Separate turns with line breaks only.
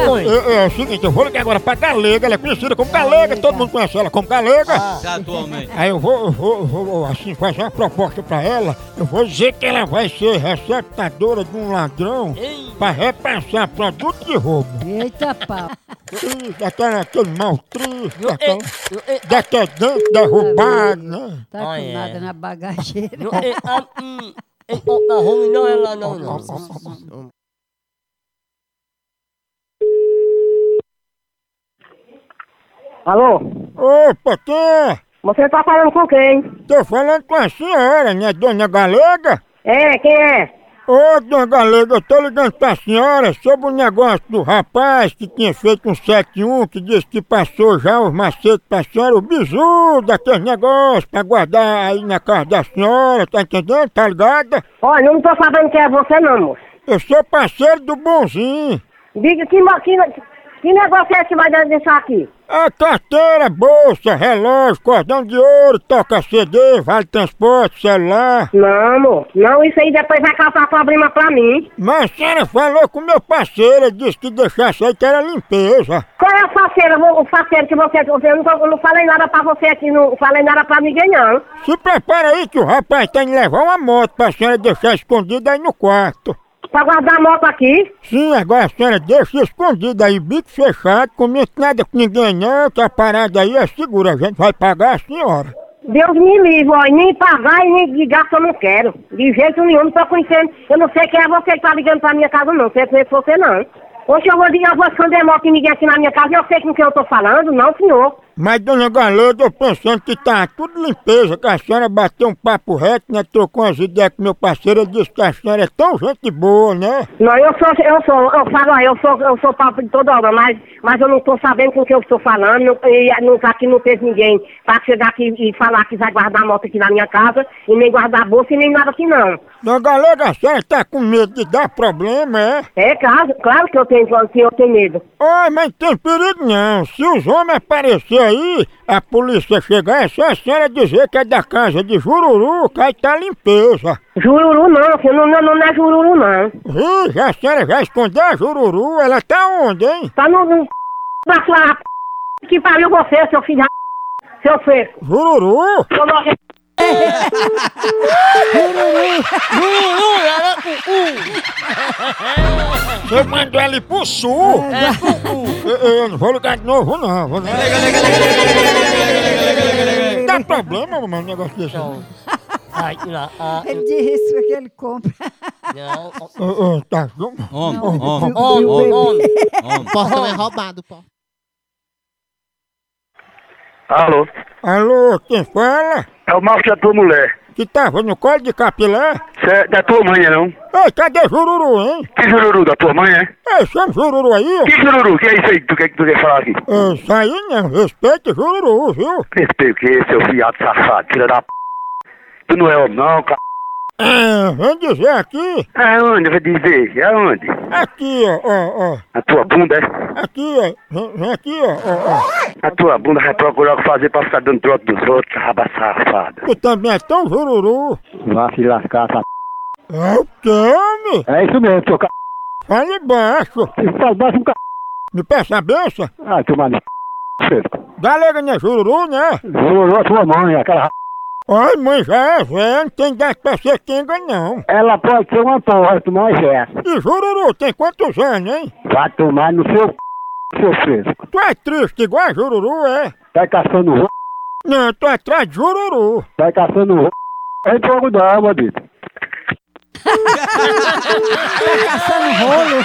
Ah,
é, é o seguinte, eu vou ligar agora pra Galega, ela é conhecida como Galega, todo mundo conhece ela como Galega.
Atualmente.
Aí eu vou, eu vou, eu vou, assim, fazer uma proposta pra ela, eu vou dizer que ela vai ser receptadora de um ladrão pra repassar produto de roubo.
Eita pau.
Triste, aquela, aquele mal
Ah,
triste, aquela,
Eu, eu,
decadente, derrubado, né?
Tá com nada na bagageira.
eu, eu, ah, hum, esse macarrão não é lá não, não.
Alô?
Opa, quem?
Você tá falando com quem?
Tô falando com a senhora, né, dona Galega?
É, quem é?
Ô, dona Galega, eu tô ligando pra senhora sobre o negócio do rapaz que tinha feito um 71, que disse que passou já os macetes pra senhora, o bizu daquele negócio pra guardar aí na casa da senhora, tá entendendo? Tá ligada?
Olha, eu não tô sabendo quem é você não, moço.
Eu sou parceiro do bonzinho.
Diga que, mo- que, que negócio é esse que vai deixar aqui?
A carteira, bolsa, relógio, cordão de ouro, toca CD, vale transporte, celular.
Não, moço. Não, isso aí depois vai causar problema pra mim.
Mas a senhora falou com o meu parceiro, ele disse que deixasse aí que era limpeza.
Qual é o parceiro, o parceiro que você... Eu não, tô- eu não falei nada pra você aqui, não falei nada pra ninguém não.
Se prepara aí que o rapaz tem que levar uma moto pra senhora deixar escondida aí no quarto.
Pra guardar a moto aqui.
Sim, agora a senhora deixa escondida aí, bico fechado, comente nada com ninguém não, que a parada aí é segura, a gente vai pagar a senhora.
Deus me livre, ó, e nem pagar e nem de gasto eu não quero. De jeito nenhum, não tô conhecendo. Eu não sei quem é você que tá ligando pra minha casa, não. Não sei se é você, não. Hoje eu vou ligar, eu vou esconder moto e ninguém aqui na minha casa. Eu sei com quem eu tô falando, não, senhor.
Mas, dona Galeda, eu pensando que tá tudo limpeza, que a senhora bateu um papo reto, né? Trocou umas ideias com meu parceiro, ele disse que a senhora é tão gente boa, né?
Não, eu sou, eu sou, eu falo, ó, eu sou, eu sou papo de toda hora, mas, mas eu não tô sabendo com quem eu estou falando. Não, e não, aqui não teve ninguém pra chegar aqui e falar que vai guardar a moto aqui na minha casa, e nem guardar a bolsa e nem nada aqui, não.
Dona Galeda, a senhora tá com medo de dar problema, é?
É claro, claro que eu tenho, que eu tenho medo.
Ai, mas não tem perigo não. Se os homens aparecer aí, a polícia chegar, é só a senhora dizer que é da casa de Jururu, que aí tá limpeza.
Jururu não, filho, não, não, não é jururu não.
Ih, já a senhora já escondeu a Jururu, ela tá onde, hein?
Tá no, no da sua p- que pariu você, seu filho da p- seu feio.
Jururu?
Seu nojento.
Você mandou ela ir pro sul. Eu, eu não vou ligar de novo, não. Vou... Dá problema, mano, um negócio desse. Ô,
Ai, lá, ah,
Ele diz isso É que ele compra.
não. ó,
ô, tá, vamos.
Homem,
Não,
homem,
o- o
homem,
bebê.
homem, homem.
Portão é roubado, pô.
Alô,
Alô, quem fala?
é o macho da tua mulher.
Que tava no colo de capilé?
Cê é da tua mãe, né, não?
Ei, cadê Jururu, hein?
Que jururu da tua mãe, é?
Ei, chama o Jururu aí, ó.
Que jururu? Que é isso aí que tu quer, que tu quer falar aqui?
É, Isso aí não, respeita o Jururu, viu?
Respeito que esse é o fiado safado, filha da p. Tu não é homem, não, cara.
É, vem dizer aqui,
Aonde? Vai dizer? Aonde?
aqui, ó, ó, ó,
A tua bunda, é?
aqui, ó, vem, vem aqui, ó, ó, ó.
A tua bunda vai procurar o que fazer pra ficar dando troca dos outros, raba safada.
Tu também é tão Jururu.
Vá se lascar, essa p.
É o quê, homem?
É isso mesmo, seu c.
Fale baixo.
Faz mais um c.
Me peça a benção.
Ah, tu mano.
Galega não é Jururu, né?
Jururu a tua mãe, aquela r****.
Ai, mãe, já é velho, não tem idade pra ser quenga, não.
Ela pode ser uma porra, tu não é essa.
E Jururu, tem quantos anos, hein?
Vai tomar no seu c. Seu fresco.
Tu é triste igual a Jururu, é?
Vai caçando roupa.
Não, tô atrás de Jururu.
Vai caçando roupa. É jogo da água, bicho.
Caçando rolo.